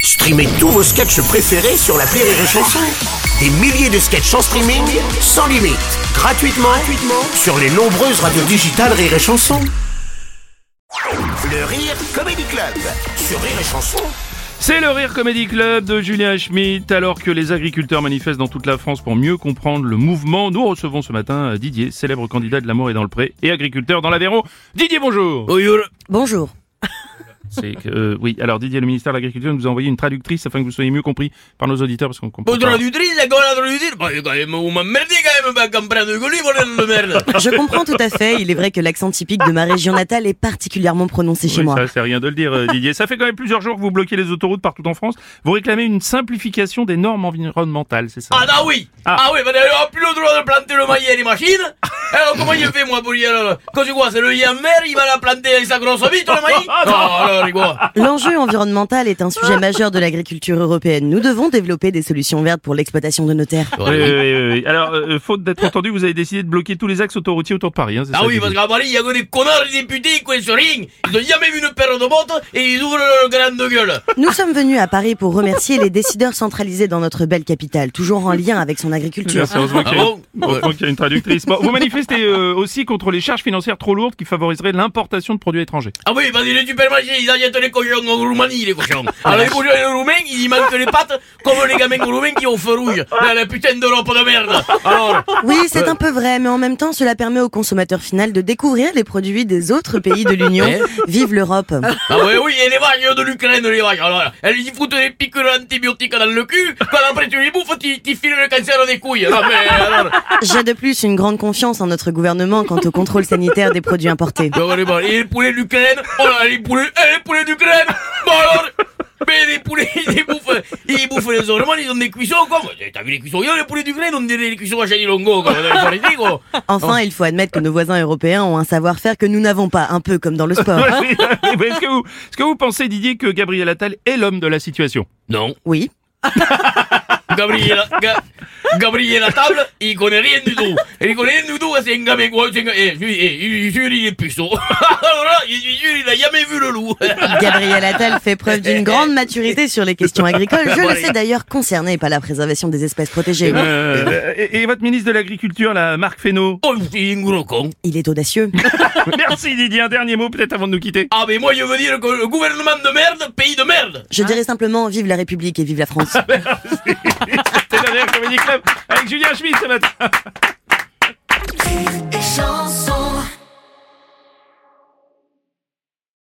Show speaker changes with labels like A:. A: Streamez tous vos sketchs préférés sur la Rire et Chanson. Des milliers de sketchs en streaming, sans limite, gratuitement, gratuitement sur les nombreuses radios digitales Rire et Chanson. Le Rire Comedy Club sur Rire et Chanson.
B: C'est le Rire Comedy Club de Julien Schmitt. Alors que les agriculteurs manifestent dans toute la France pour mieux comprendre le mouvement, nous recevons ce matin euh, Didier, célèbre candidat de l'amour et dans le pré et agriculteur dans l'Aveyron. Didier, bonjour
C: Bonjour.
B: C'est que, euh, Oui, alors Didier, le ministère de l'Agriculture nous a envoyé une traductrice afin que vous soyez mieux compris par nos auditeurs parce qu'on comprend
D: Pour
B: pas.
D: traductrice, d'accord, la traductrice. Bah, quand même, vous m'emmerdez quand même, pas comme traductrice, bonne de merde.
C: Je comprends tout à fait. Il est vrai que l'accent typique de ma région natale est particulièrement prononcé chez
B: Oui,
C: moi.
B: Ça, c'est rien de le dire, euh, Didier. Ça fait quand même plusieurs jours que vous bloquez les autoroutes partout en France. Vous réclamez une simplification des normes environnementales, c'est ça
D: Ah, bah oui.
B: Ah.
D: Ah, oui, mais on n'a plus le droit de planter le maïs à les machines. Alors, comment il fait, moi, pour y aller? Quand tu vois, c'est le mer, il va la planter avec sa grosse bite, le maïs? Non, alors, il quoi?
C: L'enjeu environnemental est un sujet majeur de l'agriculture européenne. Nous devons développer des solutions vertes pour l'exploitation de nos terres.
B: Oui, oui, oui, oui, oui. Alors, euh, faute d'être entendu, vous avez décidé de bloquer tous les axes autoroutiers autour de Paris. hein, c'est
D: Ah
B: ça,
D: oui,
B: Didier
D: parce qu'à Paris, il y a que des connards des députés qui connaissent rien. Ils n'ont jamais vu une paire de bottes et ils ouvrent leur grande gueule.
C: Nous sommes venus à Paris pour remercier les décideurs centralisés dans notre belle capitale, toujours en lien avec son agriculture.
B: Merci, heureusement qu'il y a-
D: Ah bon
B: heureusement qu'il y a une traductrice. Bon, vous manifestez euh, aussi contre les charges financières trop lourdes qui favoriseraient l'importation de produits étrangers.
D: Ah oui, parce que les supermarchés, ils achètent les cochons en Roumanie, les cochons. Alors les cochons les roumains, ils y manquent les pattes comme les gamins roumains qui ont feu rouge. Là, la putain d'Europe de merde. Alors,
C: Oui, c'est un peu vrai, mais en même temps, cela permet au consommateur final de découvrir les produits des autres pays de l'Union. Vive l'Europe.
D: ah oui, oui, et les vaches de l'Ukraine, les vaches. Alors, elles y foutent des piqûres d'antibiotiques dans le cul. Quand après tu les bouffes, tu, tu files le cancer des couilles. Non, mais alors,
C: J'ai de plus une grande confiance en notre gouvernement quant au contrôle sanitaire des produits importés.
D: non, mais bon, et les poulets d'Ukraine, oh là, les poulets, eh, les poulets d'Ukraine. Bon alors, mais les poulets, ils les bouffent, ils bouffent les ornements, ils ont des cuissons, quoi. T'as vu les cuissons, les poulets d'Ukraine, on dirait les cuissons à Chalilongo, quoi. Dans les forêts, quoi.
C: Enfin, il faut admettre que nos voisins européens ont un savoir-faire que nous n'avons pas, un peu comme dans le sport.
B: Oui, mais Est-ce que, vous- est-ce que vous pensez, Didier, que Gabriel Attal est l'homme de la situation
D: Non.
C: Oui.
D: Gabriel, Ga- Gabriel à table, il connaît rien du tout. Il connaît rien du tout, c'est un gamin quoi, c'est un gamin. Eh, lui, eh, je suis sûr, il est puceau. Alors là, je suis sûr, il a jamais vu le loup.
C: Gabriel Attal fait preuve d'une grande maturité sur les questions agricoles. Je le sais d'ailleurs concerné par la préservation des espèces protégées.
B: Euh, et, et votre ministre de l'Agriculture, là, Marc Fesneau
D: Oh, c'est un gros con.
C: Il est audacieux.
B: Merci, Didier. Un dernier mot, peut-être, avant de nous quitter.
D: Ah, mais moi, je veux dire que le gouvernement de merde, pays de merde.
C: Je dirais simplement vive la République et vive la France.
B: C'était le Rire Comedy Club avec Julien Schmitt ce matin.
E: et chanson